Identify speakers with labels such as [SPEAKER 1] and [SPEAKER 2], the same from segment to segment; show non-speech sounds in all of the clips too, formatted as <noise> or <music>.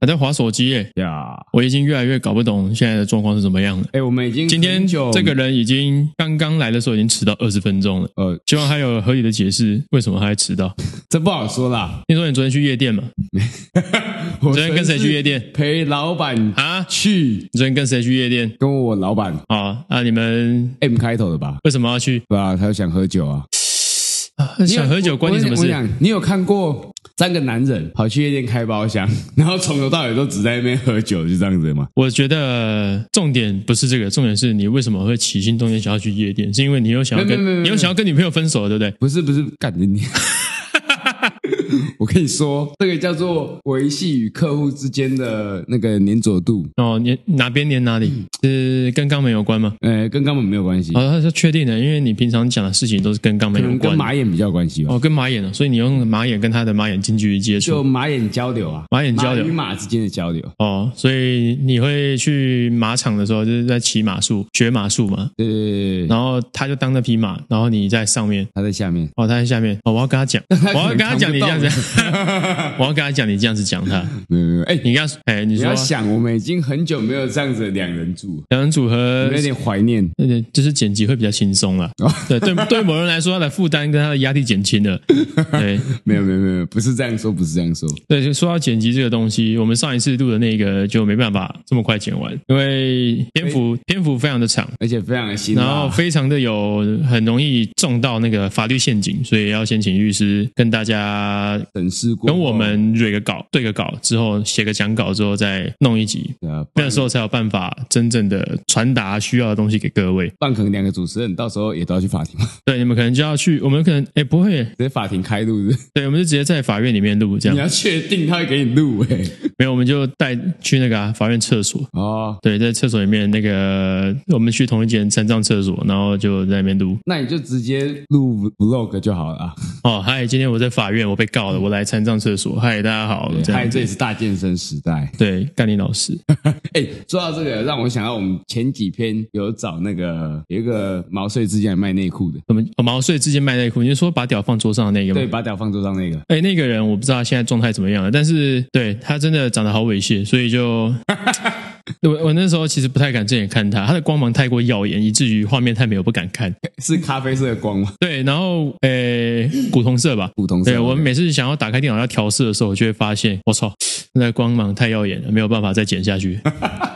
[SPEAKER 1] 还在划手机耶，
[SPEAKER 2] 呀。
[SPEAKER 1] 我已经越来越搞不懂现在的状况是怎么样了。
[SPEAKER 2] 哎，我们已经
[SPEAKER 1] 今天
[SPEAKER 2] 很久
[SPEAKER 1] 这个人已经刚刚来的时候已经迟到二十分钟了，
[SPEAKER 2] 呃，
[SPEAKER 1] 希望他有合理的解释为什么他会迟到。
[SPEAKER 2] 这不好说啦。
[SPEAKER 1] 听说你昨天去夜店嘛？
[SPEAKER 2] 我
[SPEAKER 1] <laughs> 昨天跟谁去夜店？
[SPEAKER 2] 陪老板
[SPEAKER 1] 啊，
[SPEAKER 2] 去，
[SPEAKER 1] 你昨天跟谁去夜店？
[SPEAKER 2] 跟我老板
[SPEAKER 1] 啊，那你们
[SPEAKER 2] M 开头的吧？
[SPEAKER 1] 为什么要去？
[SPEAKER 2] 对吧？他想喝酒啊。
[SPEAKER 1] 啊想喝酒关你什么
[SPEAKER 2] 我
[SPEAKER 1] 事？
[SPEAKER 2] 想你有看过三个男人跑去夜店开包厢， <laughs> 然后从头到尾都只在那边喝酒，就这样子吗？
[SPEAKER 1] 我觉得重点不是这个，重点是你为什么会起心动念想要去夜店，是因为你又想要
[SPEAKER 2] 没有没有没有
[SPEAKER 1] 跟你又想要跟女朋友分手，对不对？
[SPEAKER 2] 不是不是，干你你！ <laughs> 我跟你说，这个叫做维系与客户之间的那个粘着度，
[SPEAKER 1] 哦，你哪边黏哪
[SPEAKER 2] 嗯
[SPEAKER 1] 里是跟肛门有关吗？
[SPEAKER 2] 呃，跟肛门没有关系，
[SPEAKER 1] 好、哦，他是确定的，因为你平常讲的事情都是跟肛
[SPEAKER 2] 可
[SPEAKER 1] 门有
[SPEAKER 2] 能跟
[SPEAKER 1] 关。
[SPEAKER 2] 马眼比较有关系吧。
[SPEAKER 1] 哦，跟马眼了，所以你用马眼跟他的马眼近距离接
[SPEAKER 2] 就
[SPEAKER 1] 触。
[SPEAKER 2] 马眼交流啊，
[SPEAKER 1] 马眼交流
[SPEAKER 2] 马与马之间的交流，
[SPEAKER 1] 哦，所以你会去马场的时候，就是在骑马术、学马术嘛，
[SPEAKER 2] 对对对对对，
[SPEAKER 1] 然后他就当那匹马，然后你在上面，
[SPEAKER 2] 他在下面，
[SPEAKER 1] 哦，他在下面，哦，我要跟他讲，我要跟他讲你这样子， <laughs> 我要跟他讲你这样子讲他，
[SPEAKER 2] 没有没有，哎，
[SPEAKER 1] 你跟他，哎，你
[SPEAKER 2] 你
[SPEAKER 1] 说
[SPEAKER 2] 要想，我们已经很久没有这样子的两人住，
[SPEAKER 1] 两人组合
[SPEAKER 2] 有，点怀念。
[SPEAKER 1] 那点就是剪辑会比较轻松了，
[SPEAKER 2] 哦
[SPEAKER 1] 对对，对某人来说，他的负担跟他的压力减轻
[SPEAKER 2] <laughs>
[SPEAKER 1] 了，对。
[SPEAKER 2] 没有没有没有，不是这样说，不是这样说。
[SPEAKER 1] 对，就说到剪辑这个东西，我们上一次录的那个就没办法这么快剪完，因为篇幅篇幅非常的长，
[SPEAKER 2] 而且非常的辛
[SPEAKER 1] 然后
[SPEAKER 2] 辣。
[SPEAKER 1] 非常的有很容易中到那个法律陷阱，所以要先请律师跟大家
[SPEAKER 2] 审视过后，
[SPEAKER 1] 跟我们蕊个稿、对个稿之后，写个讲稿之后再弄一集，
[SPEAKER 2] 对啊，不
[SPEAKER 1] 那
[SPEAKER 2] 然
[SPEAKER 1] 时候才有办法真正的传达需要的东西给各位。
[SPEAKER 2] 不然可能两个主持人到时候也都要去法庭嘛，
[SPEAKER 1] 对，你们可能就要去，我们可能哎不会，
[SPEAKER 2] 直接法庭开录
[SPEAKER 1] <laughs>
[SPEAKER 2] 是不是
[SPEAKER 1] 对，我们就直接在法院里面录这
[SPEAKER 2] 你
[SPEAKER 1] 样，
[SPEAKER 2] 要确定他会给你录哎、
[SPEAKER 1] 没有我们就带去那个、啊、法院厕所。
[SPEAKER 2] 哦，
[SPEAKER 1] 对，在厕所里面那个，我们去同一间残障厕所，然后就在那边录。
[SPEAKER 2] 那你就直接录 vlog 就好了啊。
[SPEAKER 1] 哦，嗨，今天我在法院，我被告了，我来残障厕所。嗨，大家好，这
[SPEAKER 2] 嗨，
[SPEAKER 1] 样
[SPEAKER 2] 这也是大健身时代。
[SPEAKER 1] 对，甘霖老师，
[SPEAKER 2] <laughs> 哎，说到这个，让我想到我们前几篇有找那个有一个毛遂自荐卖内裤的，
[SPEAKER 1] 我们我毛遂自荐卖内裤，你是说把屌放桌上的那个
[SPEAKER 2] 对，
[SPEAKER 1] 吗？
[SPEAKER 2] 把屌放桌上那个，
[SPEAKER 1] 哎，那个人我不知道他现在状态怎么样了，但是对他真的长得好猥亵，所以就我我那时候其实不太敢正眼看他，他的光芒太过耀眼，以至于画面太美，我不敢看。
[SPEAKER 2] 是咖啡色的光吗？
[SPEAKER 1] 对，然后诶，古铜色吧，
[SPEAKER 2] 古铜色
[SPEAKER 1] 对我
[SPEAKER 2] OK
[SPEAKER 1] 每次想要打开电脑要调色的时候，我就会发现，我操，那光芒太耀眼了，没有办法再剪下
[SPEAKER 2] <laughs>
[SPEAKER 1] 去，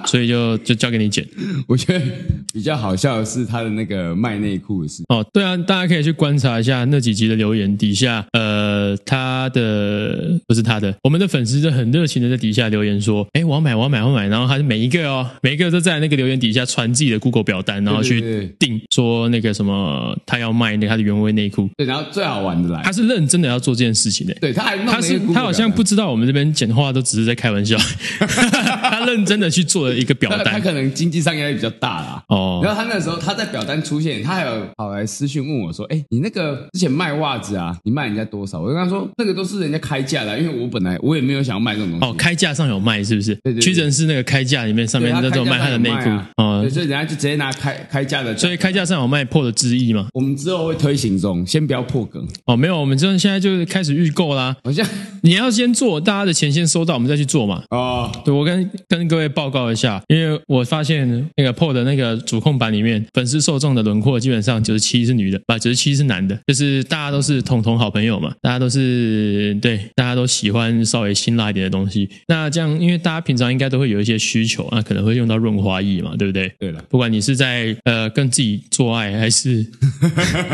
[SPEAKER 1] 所以就就交给你剪。
[SPEAKER 2] 我觉得比较好笑的是他的那个卖内裤的事，
[SPEAKER 1] 哦，对啊，大家可以去观察一下那几集的留言底下，呃，他的不是他的，我们的粉丝就很热情的在底下留言说，哎，我要买，我要买，我要买，然后他就每一个哦，每一个都在那个留言底下传自己的 Google 表单，然后
[SPEAKER 2] 对
[SPEAKER 1] 去
[SPEAKER 2] 对对
[SPEAKER 1] 定说那个什么他要卖那个他的原味内裤，
[SPEAKER 2] 对，然后最好玩的来
[SPEAKER 1] 他，是认真的要做这件事情的、
[SPEAKER 2] 对，他还弄了
[SPEAKER 1] 他
[SPEAKER 2] 一
[SPEAKER 1] 是
[SPEAKER 2] 个 Google
[SPEAKER 1] 他好像
[SPEAKER 2] 表单
[SPEAKER 1] 不知道我们这边简化都只是在开
[SPEAKER 2] <laughs>
[SPEAKER 1] 玩笑，他认真的去做了一个表
[SPEAKER 2] 他他
[SPEAKER 1] 单。
[SPEAKER 2] 可能经济上压力比较大啦。
[SPEAKER 1] 哦
[SPEAKER 2] 然后他那时候他在表单出现，他还有跑来私讯问我说：“哎，你那个之前卖袜子啊，你卖人家多少？”我就跟他说：“那个都是人家开价的啊，因为我本来我也没有想要卖这种东
[SPEAKER 1] 哦，
[SPEAKER 2] 西。”
[SPEAKER 1] 开架上有卖是不是
[SPEAKER 2] 对对？对
[SPEAKER 1] 屈臣氏那个开架里面上
[SPEAKER 2] 对，
[SPEAKER 1] 面
[SPEAKER 2] 他
[SPEAKER 1] 那
[SPEAKER 2] 开
[SPEAKER 1] 种
[SPEAKER 2] 价
[SPEAKER 1] 卖他的内
[SPEAKER 2] 卖啊
[SPEAKER 1] 裤哦
[SPEAKER 2] 对，，所以人家就直接拿开开价的。
[SPEAKER 1] 所以开架上有卖破的之意嘛？
[SPEAKER 2] 我们之后会推行中，先不要破梗。
[SPEAKER 1] 哦，没有，我们这现在就开始预购啦。
[SPEAKER 2] 好像
[SPEAKER 1] 你要先做，大家的钱先收到，我们再去做嘛。
[SPEAKER 2] 哦，
[SPEAKER 1] 对，我跟跟各位报告一下，因为我发现那个 PO 的那个主控版里面，粉丝受众的轮廓基本上九十七是女的，啊，九十七是男的，就是大家都是同同好朋友嘛，大家都是对，大家都喜欢稍微辛辣一点的东西。那这样，因为大家平常应该都会有一些需求，那可能会用到润滑液嘛，对不对？
[SPEAKER 2] 对了，
[SPEAKER 1] 不管你是在呃跟自己做爱，还是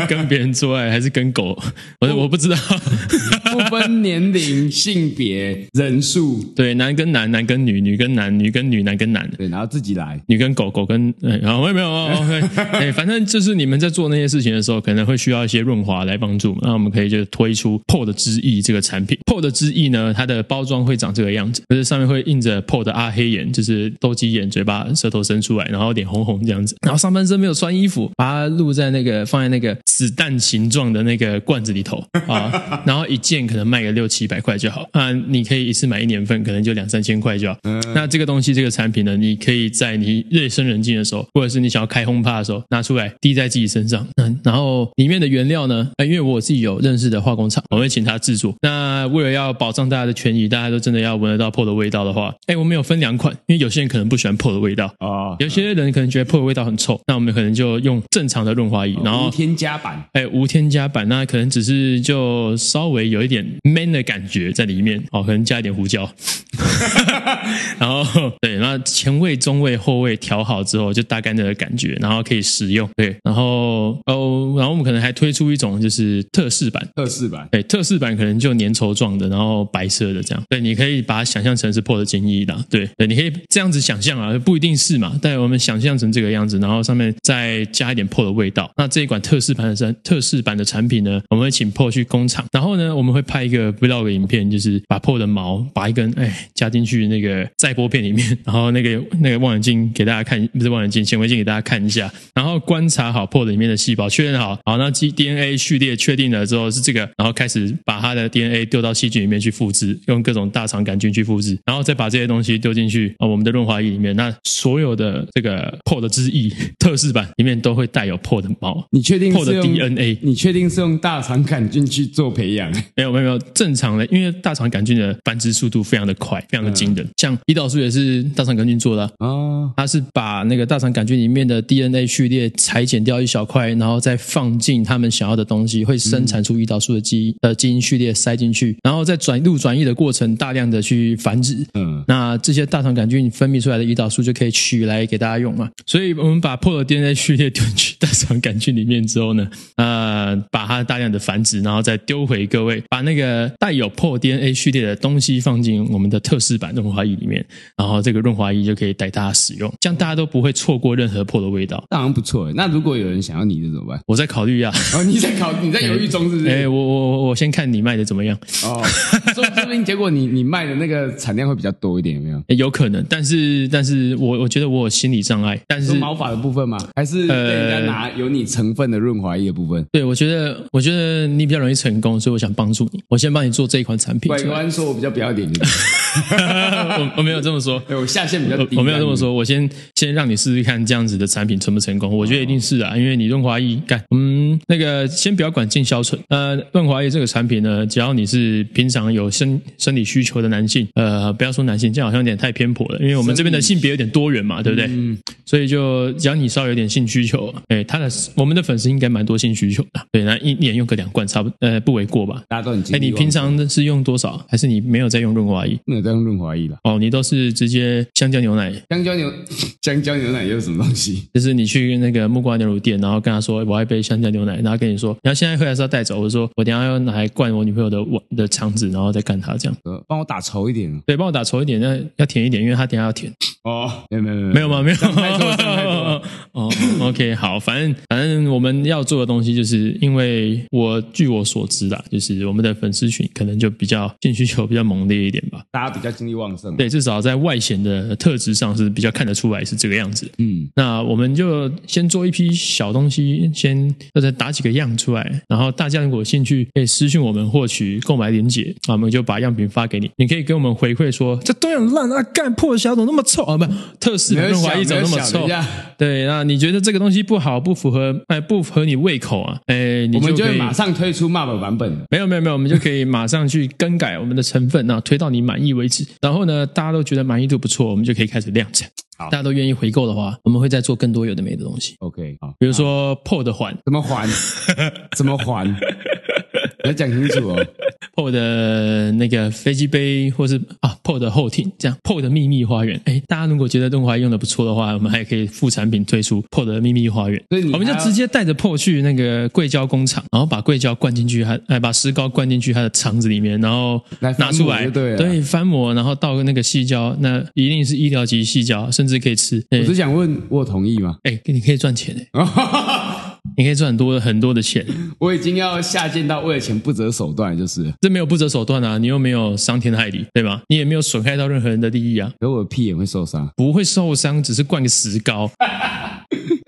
[SPEAKER 1] 跟别人做爱，还是跟狗，我我不知道。 <laughs>
[SPEAKER 2] 不分年龄、性别、人数，
[SPEAKER 1] 对，男跟男，男跟女，女跟男，女跟女，男跟男。
[SPEAKER 2] 对，然后自己来。
[SPEAKER 1] 你跟狗狗跟哎，然后没有没有哦，哎、哎反正就是你们在做那些事情的时候，可能会需要一些润滑来帮助。那我们可以就推出 POD 之翼这个产品。POD 之翼呢，它的包装会长这个样子，就是上面会印着 POD 阿啊黑眼，就是斗鸡眼，嘴巴舌头伸出来，然后脸红红这样子。然后上半身没有穿衣服，把它露在那个放在那个子弹形状的那个罐子里头啊，然后一件可能卖个六七百块就好。啊，你可以一次买一年份，可能就两三千块就好。那这个东西，这个产品呢，呢，你可以在你夜深人静的时候，或者是你想要开轰趴的时候，拿出来滴在自己身上。嗯，然后里面的原料呢，呃因为我自己有认识的化工厂，我会请他制作。那为了要保障大家的权益，大家都真的要闻得到破的味道的话，哎，我们有分两款，因为有些人可能不喜欢破的味道，
[SPEAKER 2] 哦，
[SPEAKER 1] 有些人可能觉得破的味道很臭，那我们可能就用正常的润滑液，然后
[SPEAKER 2] 无添加版
[SPEAKER 1] 哎，无添加版，那可能只是就稍微有一点 man 的感觉在里面哦，可能加一点胡椒， <laughs> 然后对，那前味、中味、后味调好之后，就大概那个感觉，然后可以食用。对，然后哦，然后我们可能还推出一种就是特仕版。
[SPEAKER 2] 特仕版，
[SPEAKER 1] 对，特仕版可能就粘稠状的，然后白色的这样。对，你可以把它想象成是破的精液啦。对，对，你可以这样子想象啊，不一定是嘛，但我们想象成这个样子，然后上面再加一点破的味道。那这一款特仕版的产特仕版的产品呢，我们会请破去工厂，然后呢，我们会拍一个 vlog 影片，就是把破的毛拔一根，哎，加进去那个载玻片里面，然后那个那个望远镜给大家看，不是望远镜，显微镜给大家看一下，然后观察好破的里面的细胞，确认好，好，那 G DNA 序列确定了之后是这个，然后开始把它的 DNA 丢到细菌里面去复制，用各种大肠杆菌去复制，然后再把这些东西丢进去啊、呃我们的润滑液里面，那所有的这个破的汁液 <laughs> 特仕版里面都会带有破的毛，
[SPEAKER 2] 你确定
[SPEAKER 1] 破
[SPEAKER 2] 是
[SPEAKER 1] 的
[SPEAKER 2] 用
[SPEAKER 1] DNA。
[SPEAKER 2] 你确定是用大肠杆菌去做培养？
[SPEAKER 1] 没有没有没有，正常的，因为大肠杆菌的繁殖速度非常的快，非常的惊人。像胰岛素也是大肠杆菌做的啊、
[SPEAKER 2] 哦，
[SPEAKER 1] 它是把那个大肠杆菌里面的 DNA 序列裁剪掉一小块，然后再放进他们想要的东西，会生产出胰岛素的基因呃基因序列塞进去，然后在转录转移的过程大量的去繁殖。
[SPEAKER 2] 嗯，
[SPEAKER 1] 那这些大肠杆菌分泌出来的胰岛素就可以取来给大家用嘛。所以我们把破的 DNA 序列丢去大肠杆菌里面之后呢， <laughs> 呃，把它大量的繁殖，然后再丢回各位，把那个带有破 DNA 序列的东西放进我们的特仕版润滑液里面，然后这个润滑液就可以带大家使用，这样大家都不会错过任何破的味道。
[SPEAKER 2] 那好像不错。欸那如果有人想要你的怎么办？
[SPEAKER 1] 我在考虑啊，
[SPEAKER 2] 哦，你在
[SPEAKER 1] <laughs>
[SPEAKER 2] 考，你在犹豫中是不是？
[SPEAKER 1] 哎，我我我我先看你卖的怎么样。
[SPEAKER 2] 哦，说说不定结果你你卖的那个产量会比较多一点，有没有？
[SPEAKER 1] 诶哎有可能，但是但是我我觉得我有心理障碍，但
[SPEAKER 2] 是呃
[SPEAKER 1] 是
[SPEAKER 2] 毛发的部分吗？还是被人家拿有你成分的润滑液的部分？
[SPEAKER 1] 对，我觉得，我觉得你比较容易成功，所以我想帮助你。我先帮你做这一款产品
[SPEAKER 2] 拐
[SPEAKER 1] 出来。
[SPEAKER 2] 弯说我比较不要脸，
[SPEAKER 1] <laughs> 我我没有这么说，
[SPEAKER 2] 对 <laughs> 我下限比较
[SPEAKER 1] 我
[SPEAKER 2] 低。
[SPEAKER 1] 呃我没有这么说。我先先让你试试看这样子的产品成不成功。我觉得一定是啊，因为你润滑液干，嗯，那个先不要管进销醇，呃，润滑液这个产品呢，只要你是平常有生生理需求的男性，呃，不要说男性，这样好像有点太偏颇了，因为我们这边的性别有点多元嘛，对不对？嗯，所以就只要你稍微有点性需求，哎，他的我们的粉丝应该蛮多性需求的，对，那一年用个两罐差不呃不为过吧。
[SPEAKER 2] 大家都很
[SPEAKER 1] 哎，
[SPEAKER 2] 精。
[SPEAKER 1] 你平常是用多少？还是你没有在用润滑液？
[SPEAKER 2] 没有在用润滑液了？
[SPEAKER 1] 哦，你都是直接香蕉牛奶，
[SPEAKER 2] 香蕉牛香蕉牛奶又是什么东西？
[SPEAKER 1] 就是你去那个木瓜牛乳店，然后跟他说我要一杯香蕉牛奶，然后跟你说你要现在喝还是要带走？我说我等一下要拿来灌我女朋友的碗的肠子，然后再干她这样。
[SPEAKER 2] 呃帮我打稠一点哦
[SPEAKER 1] 对，帮我打稠一点，那要甜一点，因为他等一下要甜。
[SPEAKER 2] 哦。没有没有
[SPEAKER 1] 没有吗？没有。
[SPEAKER 2] 伤害多伤害多
[SPEAKER 1] 哦哦，OK，好，反正反正我们要做的东西，就是因为我据我所知啦，就是我们的粉丝群可能就比较性需求比较猛烈一点吧。
[SPEAKER 2] 大家比较精力旺盛。，
[SPEAKER 1] 对，至少在外显的特质上是比较看得出来是这个样子。
[SPEAKER 2] 嗯，
[SPEAKER 1] 那我们就先做一批小东西，先或者打几个样出来，然后大家如果有兴趣，可以私信我们获取购买链接，啊，我们就把样品发给你。你可以给我们回馈说，这东西很烂啊，干破小怎么那么臭啊？不，特仕
[SPEAKER 2] 没有
[SPEAKER 1] 润滑
[SPEAKER 2] 想
[SPEAKER 1] 液怎么那么
[SPEAKER 2] 没有想等
[SPEAKER 1] 臭
[SPEAKER 2] 一？下
[SPEAKER 1] 对，那你觉得这个东西不好，不符合哎，不符合你胃口啊？哎，你
[SPEAKER 2] 我们就
[SPEAKER 1] 可
[SPEAKER 2] 会
[SPEAKER 1] 以
[SPEAKER 2] 马上推出 MAP 版本的。
[SPEAKER 1] 没有没有没有，我们就可以马上去更改我们的成分，啊那推到你满意为止。然后呢，大家都觉得满意度不错，我们就可以开始量产。
[SPEAKER 2] 好
[SPEAKER 1] 大家都愿意回购的话，我们会再做更多有的没的东西，
[SPEAKER 2] OK，好，
[SPEAKER 1] 比如说破的环、
[SPEAKER 2] 怎么 <laughs> 还？怎么还？你要讲清楚哦。
[SPEAKER 1] 破的那个飞机杯，或是啊破的后庭，这样破的秘密花园。哎，大家如果觉得润滑液用的不错的话，我们还可以副产品推出破的秘密花园。
[SPEAKER 2] 所以你
[SPEAKER 1] 我们就
[SPEAKER 2] 还要
[SPEAKER 1] 直接带着破去那个硅胶工厂，然后把硅胶灌进去，还哎把石膏灌进去它的肠子里面，然后
[SPEAKER 2] 来翻
[SPEAKER 1] 拿出来，
[SPEAKER 2] 模就对了
[SPEAKER 1] 翻模，然后倒那个细胶，那一定是医疗级细胶，甚至可以吃。哎
[SPEAKER 2] 我只想问，我同意 <laughs> 吗？
[SPEAKER 1] 哎，你可以赚钱哎，你可以赚很多很多的钱，
[SPEAKER 2] 我已经要下贱到为了钱不择手段，就是了。
[SPEAKER 1] 这没有不择手段啊，你又没有伤天害理，对吧？你也没有损害到任何人的利益啊，
[SPEAKER 2] 可我的屁眼会受伤。
[SPEAKER 1] <laughs> 不会受伤，只是灌个石膏。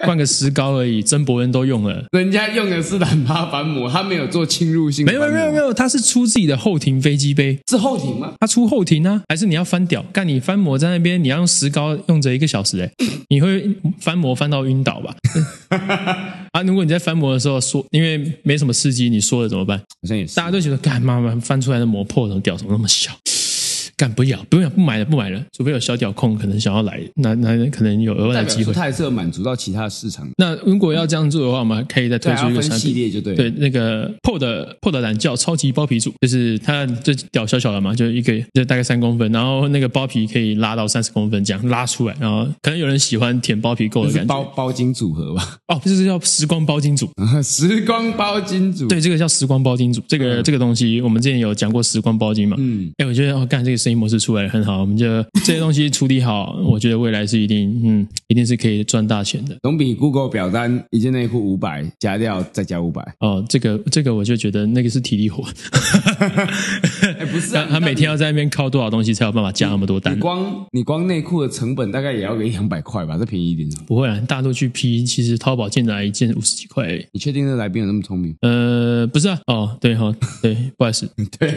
[SPEAKER 1] 灌个石膏而已，曾伯恩都用了。
[SPEAKER 2] 人家用的是兰巴板姆，他没有做侵入性
[SPEAKER 1] 没
[SPEAKER 2] 的
[SPEAKER 1] 有
[SPEAKER 2] 瓣
[SPEAKER 1] 没
[SPEAKER 2] 膜，
[SPEAKER 1] 有没有没有，他是出自己的后庭飞机杯，
[SPEAKER 2] 是后庭吗？
[SPEAKER 1] 他出后庭啊，还是你要翻屌？干你翻模在那边，你要用石膏用着一个小时、欸，你会翻模翻到晕倒 <laughs> 吧？啊，如果你在翻模的时候说，因为没什么刺激，你说了怎么办？
[SPEAKER 2] 好像也是
[SPEAKER 1] 大。家都觉得干妈妈翻出来的磨破怎么屌怎么那么小？干不要不要不买了不买了，除非有小屌控可能想要来，那那可能有额外
[SPEAKER 2] 代
[SPEAKER 1] 的
[SPEAKER 2] 表
[SPEAKER 1] 机
[SPEAKER 2] 说
[SPEAKER 1] 会。
[SPEAKER 2] 它还是有满足到其他的市场，
[SPEAKER 1] 那如果要这样做的话，我们可以再推
[SPEAKER 2] 对啊，
[SPEAKER 1] 出
[SPEAKER 2] 要
[SPEAKER 1] 一个
[SPEAKER 2] 分
[SPEAKER 1] 产
[SPEAKER 2] 系
[SPEAKER 1] 品。
[SPEAKER 2] 列就对了。
[SPEAKER 1] 对，那个 Pod Pod 懒觉超级包皮组，就是它这屌小小的嘛，就一个就大概三公分，然后那个包皮可以拉到三十公分这样拉出来，然后可能有人喜欢舔包皮垢
[SPEAKER 2] 就
[SPEAKER 1] 的
[SPEAKER 2] 是
[SPEAKER 1] 感觉
[SPEAKER 2] 包嗯包金组合吧，
[SPEAKER 1] 哦，这是叫时光包金组，
[SPEAKER 2] 时光包金组。
[SPEAKER 1] 对，，这个叫时光包金组，这个、这个东西我们之前有讲过时光包金嘛，
[SPEAKER 2] 嗯，
[SPEAKER 1] 哎、我觉得哦，干这个生意模式出来很好，我们就这些东西处理好，我觉得未来是一定，嗯，一定是可以赚大钱的。
[SPEAKER 2] 总比 Google 表单一件内裤五百加掉再加五百。
[SPEAKER 1] 哦，这个这个我就觉得那个是体力活，
[SPEAKER 2] 哎，不是
[SPEAKER 1] <laughs> 他
[SPEAKER 2] 啊，
[SPEAKER 1] 他每天要在那边靠多少东西才有办法加那么多单
[SPEAKER 2] 你？光你光内裤的成本大概也要个一两百块吧，这便宜一点啊。
[SPEAKER 1] 不会啊，大陆去批，其实淘宝进来一件五十几块而已。
[SPEAKER 2] 你确定这来宾有那么聪
[SPEAKER 1] <laughs>
[SPEAKER 2] 明？
[SPEAKER 1] 呃，不是啊，哦，对哈、哦，对，不好意思，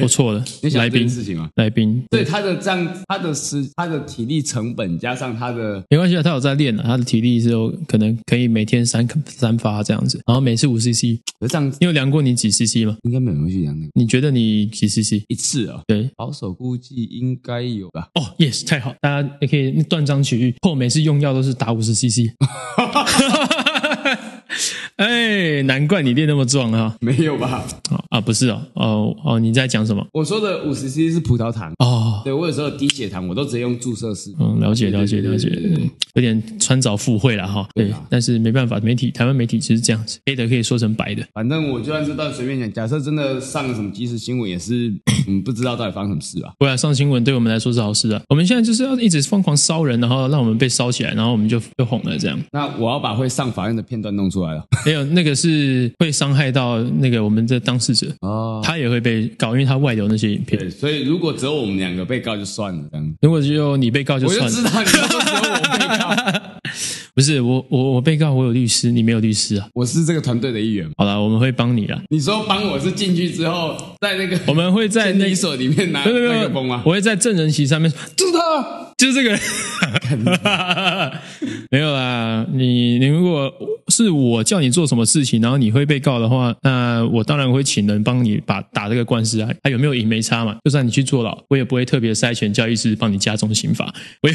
[SPEAKER 1] 我错了
[SPEAKER 2] 你，想
[SPEAKER 1] 来
[SPEAKER 2] 到这件
[SPEAKER 1] 宾，
[SPEAKER 2] 事情啊？
[SPEAKER 1] 来宾，
[SPEAKER 2] 对，他的这样，他的时他的体力成本加上他的，
[SPEAKER 1] 没关系啊，他有在练啊，他的体力是有可能可以每天三三发这样子，然后每次五 CC，
[SPEAKER 2] 可是这样
[SPEAKER 1] 你有量过你几 CC 吗？
[SPEAKER 2] 应该没有人会去量那个
[SPEAKER 1] 你觉得你几 CC？
[SPEAKER 2] 一次啊、
[SPEAKER 1] 对，
[SPEAKER 2] 保守估计应该有吧。 <laughs>
[SPEAKER 1] 哦、y e s 太好，大家也可以断章取义。后每次用药都是打五十 CC，哎，难怪你练那么壮啊！
[SPEAKER 2] 没有吧？
[SPEAKER 1] 哦啊，不是哦，哦哦，你在讲什么？
[SPEAKER 2] 我说的五十 cc 是葡萄糖，
[SPEAKER 1] 哦，
[SPEAKER 2] 对我有时候低血糖，我都直接用注射式。
[SPEAKER 1] 嗯，了解了解了解
[SPEAKER 2] 对对对对对，
[SPEAKER 1] 有点穿凿附会了哈。对
[SPEAKER 2] 对啊，
[SPEAKER 1] 但是没办法，媒体台湾媒体就是这样子，黑的可以说成白的。
[SPEAKER 2] 反正我就算这段随便讲，假设真的上了什么即时新闻，也是 <clears throat> 嗯不知道到底发生什么事吧。
[SPEAKER 1] 未来啊上新闻对我们来说是好事啊。我们现在就是要一直疯狂烧人，然后让我们被烧起来，然后我们就就红了这样。
[SPEAKER 2] 那我要把会上法院的片段弄出来了。
[SPEAKER 1] 没有，那个是会伤害到那个我们的当事者，
[SPEAKER 2] 哦，
[SPEAKER 1] 他也会被告，因为他外流那些影片。
[SPEAKER 2] 对，所以如果只有我们两个被告就算了，这样
[SPEAKER 1] 如果只有你被告就
[SPEAKER 2] 我就
[SPEAKER 1] 算
[SPEAKER 2] 知
[SPEAKER 1] 了，
[SPEAKER 2] 道你要说只有我被告，
[SPEAKER 1] <laughs> 不是我我我被告，我有律师，你没有律师啊。
[SPEAKER 2] <laughs> 我是这个团队的一员。
[SPEAKER 1] 好啦，我们会帮
[SPEAKER 2] <laughs>
[SPEAKER 1] 你啦，
[SPEAKER 2] 你说帮我是进去之后，在那个
[SPEAKER 1] 我们会在那
[SPEAKER 2] 监理所里面拿
[SPEAKER 1] 没有没
[SPEAKER 2] 麦
[SPEAKER 1] 有
[SPEAKER 2] 克风
[SPEAKER 1] 没
[SPEAKER 2] 啊
[SPEAKER 1] 有
[SPEAKER 2] 吗，？
[SPEAKER 1] 我会在证人席上面，
[SPEAKER 2] 知道，
[SPEAKER 1] 就是这个，没有啦。你你如果是我叫你做什么事情，然后你会被告的话，那我当然会请人帮你把打这个官司啊。他有没有赢没差嘛？就算你去坐牢，我也不会特别筛选教育师帮你加重刑罚，我也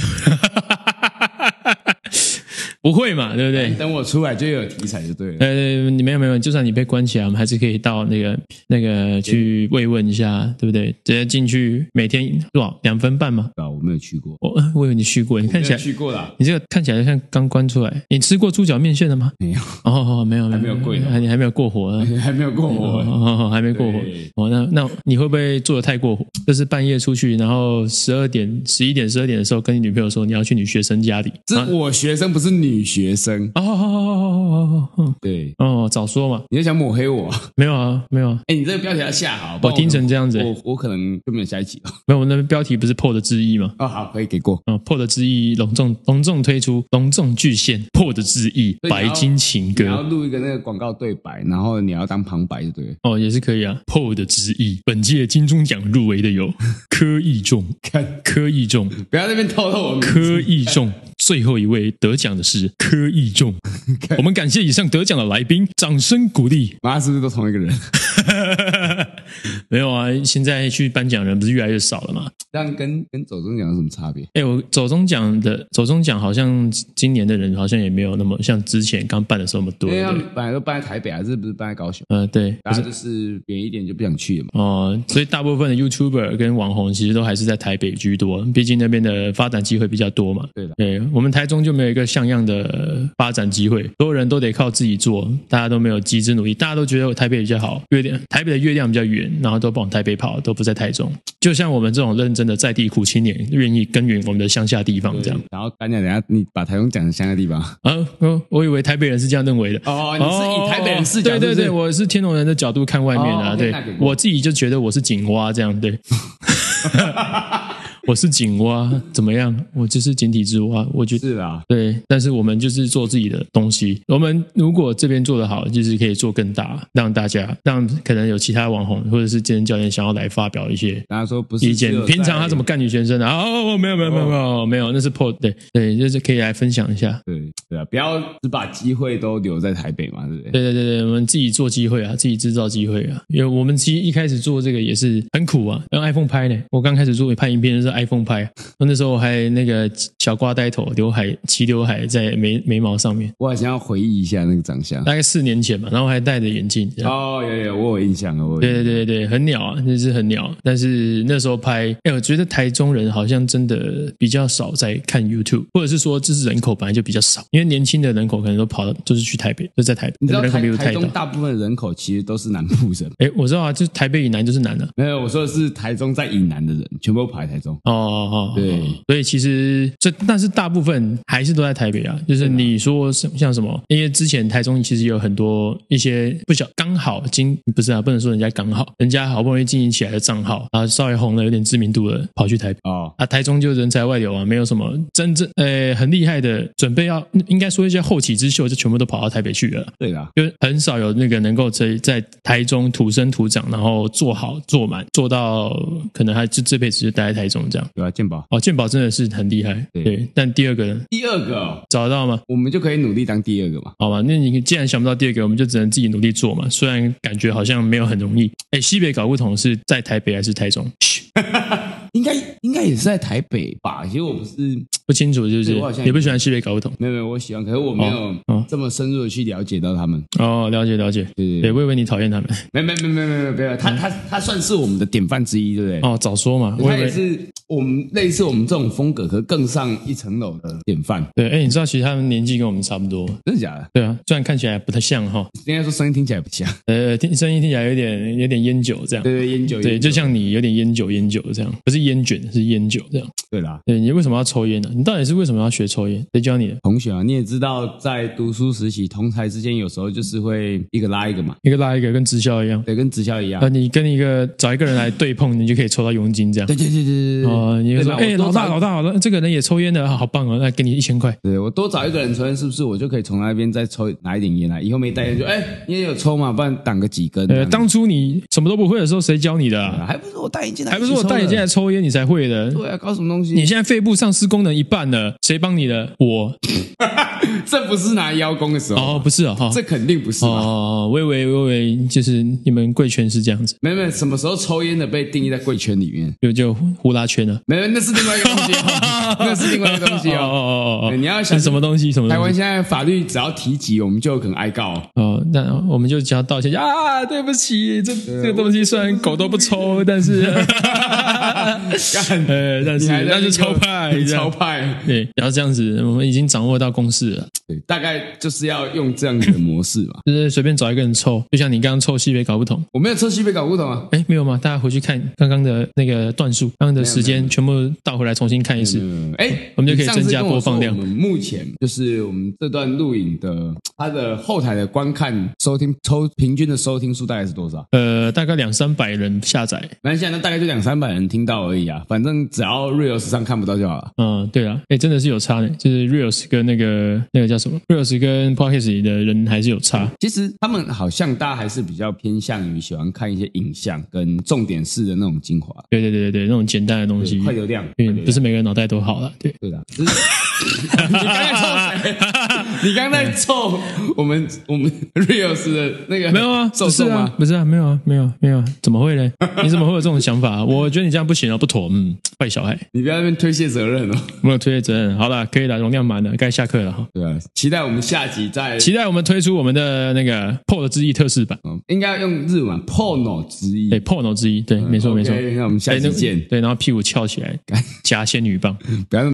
[SPEAKER 1] 不会嘛，对不对？
[SPEAKER 2] 等我出来就有题材就对了。
[SPEAKER 1] 呃，你没有没有，就算你被关起来，我们还是可以到那个那个去慰问一下，对不对？直接进去，每天多少两分半嘛？
[SPEAKER 2] 啊，我没有去过，
[SPEAKER 1] 我呃我以为你去过，你看起
[SPEAKER 2] 没有
[SPEAKER 1] 来
[SPEAKER 2] 去过啦，
[SPEAKER 1] 你这个看起来像刚关出来。你吃过猪脚面线了吗？
[SPEAKER 2] 没有，
[SPEAKER 1] 哦哦，没有，
[SPEAKER 2] 还没有过瘾
[SPEAKER 1] 还你还没有过火啊。
[SPEAKER 2] 还没有过
[SPEAKER 1] 哦
[SPEAKER 2] 我。
[SPEAKER 1] 哦，哦还没过火
[SPEAKER 2] 对
[SPEAKER 1] 哦，那那你会不会做的太过火？就是半夜出去，然后十二点、十一点、十二点的时候，跟你女朋友说你要去你学生家里。
[SPEAKER 2] 是我学生，不是女学生。
[SPEAKER 1] 哦哦哦哦哦哦
[SPEAKER 2] 对，
[SPEAKER 1] 哦哦，早说嘛，
[SPEAKER 2] 你在想抹黑我？ <laughs>
[SPEAKER 1] 没有啊，没有啊，
[SPEAKER 2] 哎，你这个标题要下好，不
[SPEAKER 1] 我
[SPEAKER 2] 然
[SPEAKER 1] 听成这样子、
[SPEAKER 2] 我我可能就没有下一集了。 <laughs>
[SPEAKER 1] 没有，我那边标题不是破的之一吗？
[SPEAKER 2] 哦，好，可以给过。
[SPEAKER 1] 啊、破的之一隆重隆重推出，隆重巨献破的之一
[SPEAKER 2] 所以你要
[SPEAKER 1] 白金情
[SPEAKER 2] 你要
[SPEAKER 1] 歌
[SPEAKER 2] 录一个那个广告对白，然后你要当旁白就对了。
[SPEAKER 1] 哦，也是可以啊。破的之一，本届金钟奖入围的有柯义仲、
[SPEAKER 2] 看，
[SPEAKER 1] 柯义仲、
[SPEAKER 2] 不要在那边透露我名字。
[SPEAKER 1] 柯义仲，最后一位得奖的是柯义仲。我们感谢以上得奖的来宾，掌声鼓励。
[SPEAKER 2] 妈，是不是都同一个人？ <laughs>
[SPEAKER 1] 没有啊，现在去颁奖人不是越来越少了吗？
[SPEAKER 2] 这样跟跟走中奖有什么差别？
[SPEAKER 1] 哎，我走中奖的走中奖好像今年的人好像也没有那么像之前刚办的时候那么多。
[SPEAKER 2] 因为
[SPEAKER 1] 对
[SPEAKER 2] 他
[SPEAKER 1] 不对
[SPEAKER 2] 们本来都搬在台北，啊还是不是搬在高雄？
[SPEAKER 1] 呃，对，
[SPEAKER 2] 大家就是远一点就不想去了嘛。
[SPEAKER 1] 哦，所以大部分的 YouTuber 跟网红其实都还是在台北居多，毕竟那边的发展机会比较多嘛。
[SPEAKER 2] 对的
[SPEAKER 1] 对我们台中就没有一个像样的呃发展机会，所有人都得靠自己做，大家都没有极致努力，大家都觉得我台北比较好，月亮台北的月亮比较圆，然后都往台北跑，都不在台中。就像我们这种认真的在地苦青年，愿意耕耘我们的乡下地方这样。
[SPEAKER 2] 然后干讲，等一下你把台中讲成乡下地方。
[SPEAKER 1] 啊，我我以为台北人是这样认为的。
[SPEAKER 2] 哦，你是以台北人视角，
[SPEAKER 1] 对对
[SPEAKER 2] 是不是
[SPEAKER 1] 对，我是天龙人的角度看外面啊，
[SPEAKER 2] 哦，OK，
[SPEAKER 1] 对
[SPEAKER 2] 那给过 <laughs>
[SPEAKER 1] 我自己就觉得我是井蛙这样，对，我是井蛙，怎么样？我就是井底之蛙，我觉得。
[SPEAKER 2] 是啦，
[SPEAKER 1] 对，但是我们就是做自己的东西。我们如果这边做得好，就是可以做更大，让大家让可能有其他网红或者是健身教练想要来发表一些
[SPEAKER 2] 大家说不是
[SPEAKER 1] 意见
[SPEAKER 2] 只有。在
[SPEAKER 1] 平常他怎么干女学生的啊？哦，哦没有没有没有没有没有，那是 pod 对对，就是可以来分享一下。
[SPEAKER 2] 对对啊，不要只把机会都留在台北嘛，对不对？
[SPEAKER 1] 对对对对，我们自己做机会啊，自己制造机会啊。因为我们其实一开始做这个也是很苦啊，用 iPhone 拍呢。我刚开始做拍影片的是 iPhone 拍，啊那时候我还那个小瓜呆头，刘海齐刘海在眉眉毛上面，
[SPEAKER 2] 我好像要回忆一下那个长相。
[SPEAKER 1] 大概四年前吧，然后还戴着眼镜。这样
[SPEAKER 2] 哦，有有，我有印象了，我有
[SPEAKER 1] 对对对对，很鸟啊，那是很鸟。但是那时候拍，哎，我觉得台中人好像真的比较少在看 YouTube，或者是说，就是人口本来就比较少，因为年轻的人口可能都跑到，就是去台北，就在台北，
[SPEAKER 2] 你知道
[SPEAKER 1] 人口密
[SPEAKER 2] 台
[SPEAKER 1] 度
[SPEAKER 2] 台
[SPEAKER 1] 太
[SPEAKER 2] 中
[SPEAKER 1] 大。
[SPEAKER 2] 大部分人口其实都是南部人，
[SPEAKER 1] 哎，我知道啊，就是台北以南就是南的、
[SPEAKER 2] 没有，我说的是台中在以南的人，全部都跑来台中。
[SPEAKER 1] 哦哦哦，
[SPEAKER 2] 对
[SPEAKER 1] 所以其实这但是大部分还是都在台北啊。就是你说什像什么，因为之前台中其实有很多一些不小刚好经不是啊，不能说人家刚好，人家好不容易经营起来的账号啊，稍微红了有点知名度了，跑去台北。
[SPEAKER 2] 哦，
[SPEAKER 1] 啊，台中就人才外流啊，没有什么真正呃很厉害的准备要，应该说一些后起之秀就全部都跑到台北去了，
[SPEAKER 2] 对啦，
[SPEAKER 1] 就很少有那个能够在在台中土生土长，然后做好做满做到可能还就这辈子就待在台中这样。
[SPEAKER 2] 对啊吧？健保
[SPEAKER 1] 哦，健保真的是很厉害，
[SPEAKER 2] 对
[SPEAKER 1] 对。但第二个呢
[SPEAKER 2] 第二个哦，
[SPEAKER 1] 找得到吗？
[SPEAKER 2] 我们就可以努力当第二个嘛。
[SPEAKER 1] 好吧，那你既然想不到第二个，我们就只能自己努力做嘛。虽然感觉好像没有很容易。哎，西北搞不懂是在台北还是台中？嘘
[SPEAKER 2] 应该应该也是在台北吧？其实我不是
[SPEAKER 1] 不清楚是不是
[SPEAKER 2] 对我好像？
[SPEAKER 1] 也不喜欢西北搞不懂。
[SPEAKER 2] 没有没有，我喜欢，可是我没有
[SPEAKER 1] 哦
[SPEAKER 2] 这么深入的去了解到他们。
[SPEAKER 1] 哦，了解了解。
[SPEAKER 2] 对
[SPEAKER 1] 对，
[SPEAKER 2] 对
[SPEAKER 1] 我以为你讨厌他们。
[SPEAKER 2] 对，没没没没没没没有，他他他算是我们的典范之一，对不对？
[SPEAKER 1] 哦，早说嘛，我
[SPEAKER 2] 他
[SPEAKER 1] 以
[SPEAKER 2] 也
[SPEAKER 1] 为
[SPEAKER 2] 是我们类似我们这种风格，可是更上一层楼的典范，
[SPEAKER 1] 对，哎，你知道其实他们年纪跟我们差不多，
[SPEAKER 2] 真的假的？
[SPEAKER 1] 对啊，虽然看起来不太像哈，
[SPEAKER 2] 应该说声音听起来不像，
[SPEAKER 1] 呃，听声音听起来有点有点烟酒这样，
[SPEAKER 2] 对对，烟酒，
[SPEAKER 1] 对，
[SPEAKER 2] 烟酒
[SPEAKER 1] 就像你有点烟酒烟酒这样，不是烟卷是烟酒这样，
[SPEAKER 2] 对啦。
[SPEAKER 1] 对你为什么要抽烟呢、你到底是为什么要学抽烟？谁教你的？
[SPEAKER 2] 同学啊，你也知道，在读书时期，同台之间有时候就是会一个拉一个嘛，
[SPEAKER 1] 一个拉一个，跟直销一样，
[SPEAKER 2] 对，跟直销一样
[SPEAKER 1] 啊，。你跟一个找一个人来对碰，你就可以抽到佣金这样
[SPEAKER 2] 对。对对对对对对。
[SPEAKER 1] 哦，你就说，
[SPEAKER 2] 对
[SPEAKER 1] 哎，
[SPEAKER 2] 吧
[SPEAKER 1] 老
[SPEAKER 2] 我多
[SPEAKER 1] 大，
[SPEAKER 2] 找
[SPEAKER 1] 老大，老大，这个人也抽烟的，啊好棒哦，那给你一千块。
[SPEAKER 2] 对我多找一个人抽烟，是不是我就可以从那边再抽拿一点烟来？以后没带烟就哎，你也有抽嘛，不然挡个几根。这
[SPEAKER 1] 呃，
[SPEAKER 2] 样
[SPEAKER 1] 当初你什么都不会的时候，谁教你的啊、
[SPEAKER 2] 还不是我带你进来，
[SPEAKER 1] 还不是我带你进来。抽烟，你才会的。
[SPEAKER 2] 对啊，搞什么东
[SPEAKER 1] 你
[SPEAKER 2] 西？
[SPEAKER 1] 现在肺部丧失功能一半了，谁帮你的？我
[SPEAKER 2] 这不是拿邀功的时候，啊
[SPEAKER 1] 哦，不是哦，哦
[SPEAKER 2] 这肯定不是啊嘛。
[SPEAKER 1] 哦，我以为我以为就是你们贵圈是这样子，
[SPEAKER 2] 没有没有，什么时候抽烟的被定义在贵圈里面？
[SPEAKER 1] 就就呼啦圈了。
[SPEAKER 2] 没有，那是另外一个东西哦，
[SPEAKER 1] <laughs>
[SPEAKER 2] 那是另外一个东西
[SPEAKER 1] 哦
[SPEAKER 2] 哦。
[SPEAKER 1] 哦哦哦，
[SPEAKER 2] 你要
[SPEAKER 1] 是
[SPEAKER 2] 想
[SPEAKER 1] 什么东西？什么
[SPEAKER 2] 台
[SPEAKER 1] 东
[SPEAKER 2] 湾
[SPEAKER 1] 西？
[SPEAKER 2] 现在法律只要提及，我们就有可能挨
[SPEAKER 1] <laughs>
[SPEAKER 2] 告。
[SPEAKER 1] 哦，那我们就只要道歉啊，对不起，这这个东西虽然狗都不抽，但是
[SPEAKER 2] 干
[SPEAKER 1] 呃，但
[SPEAKER 2] 你
[SPEAKER 1] 是
[SPEAKER 2] 还在
[SPEAKER 1] 那
[SPEAKER 2] 个
[SPEAKER 1] 是超派，这
[SPEAKER 2] 超
[SPEAKER 1] 样
[SPEAKER 2] 派，
[SPEAKER 1] 对，然后这样子，我们已经掌握到公式了，
[SPEAKER 2] 对，大概就是要用这样子的模式吧。
[SPEAKER 1] 就是随便找一个人抽，就像你刚刚抽西北搞不同。
[SPEAKER 2] 我没有抽西北搞不懂啊，
[SPEAKER 1] 哎，没有吗？大家回去看刚刚的那个段数，刚刚的时间全部倒回来重新看一次。
[SPEAKER 2] 嗯，哎，
[SPEAKER 1] 我们就可以
[SPEAKER 2] 你上次
[SPEAKER 1] 增加
[SPEAKER 2] 跟我
[SPEAKER 1] 播放
[SPEAKER 2] 说
[SPEAKER 1] 量
[SPEAKER 2] 我们目前就是我们这段录影的，它的后台的观看收听抽平均的收听数大概是多少？
[SPEAKER 1] 呃，大概两三百人下载。
[SPEAKER 2] 反正现在大概就两三百人听到而已啊，反正只要 Reels 上看不到就好了。
[SPEAKER 1] 嗯，对啊，哎，真的是有差的，就是 Reels 跟那个那个叫什么 Reels 跟 Podcast 里的人还是有差。
[SPEAKER 2] 其实他们好像大家还是比较偏向于喜欢看一些影像跟重点式的那种精华，
[SPEAKER 1] 对对对对对，那种简单的东西，
[SPEAKER 2] 快流量，快流
[SPEAKER 1] 嗯，
[SPEAKER 2] 量
[SPEAKER 1] 不是每个人脑袋都好了。对，
[SPEAKER 2] 对的。 <laughs> 只是你刚才臭谁？ <laughs> 你刚才臭我们我们 Reels 的那个
[SPEAKER 1] <laughs> 没有啊，
[SPEAKER 2] 受
[SPEAKER 1] 不是
[SPEAKER 2] 众
[SPEAKER 1] 啊
[SPEAKER 2] 吗？
[SPEAKER 1] 不是啊，没有啊，没有啊没有啊，怎么会呢？ <laughs> 你怎么会有这种想法啊？我觉得你这样不行啊，不妥，嗯，坏小孩，
[SPEAKER 2] 你不要在那边推卸责任哦。
[SPEAKER 1] <laughs> 没有推卸责任。好了，可以了，容量满了，该下课了哈。
[SPEAKER 2] 对啊，期待我们下集再，
[SPEAKER 1] 期待我们推出我们的那个 Pod 之翼特试版，
[SPEAKER 2] 嗯应该要用日文 “porno” 之意
[SPEAKER 1] 对。Pod 之翼，对，没错没错。
[SPEAKER 2] OK，那我们下
[SPEAKER 1] 哎那
[SPEAKER 2] 期见。
[SPEAKER 1] 对，然后屁股翘起来，夹仙女棒。
[SPEAKER 2] 不要那么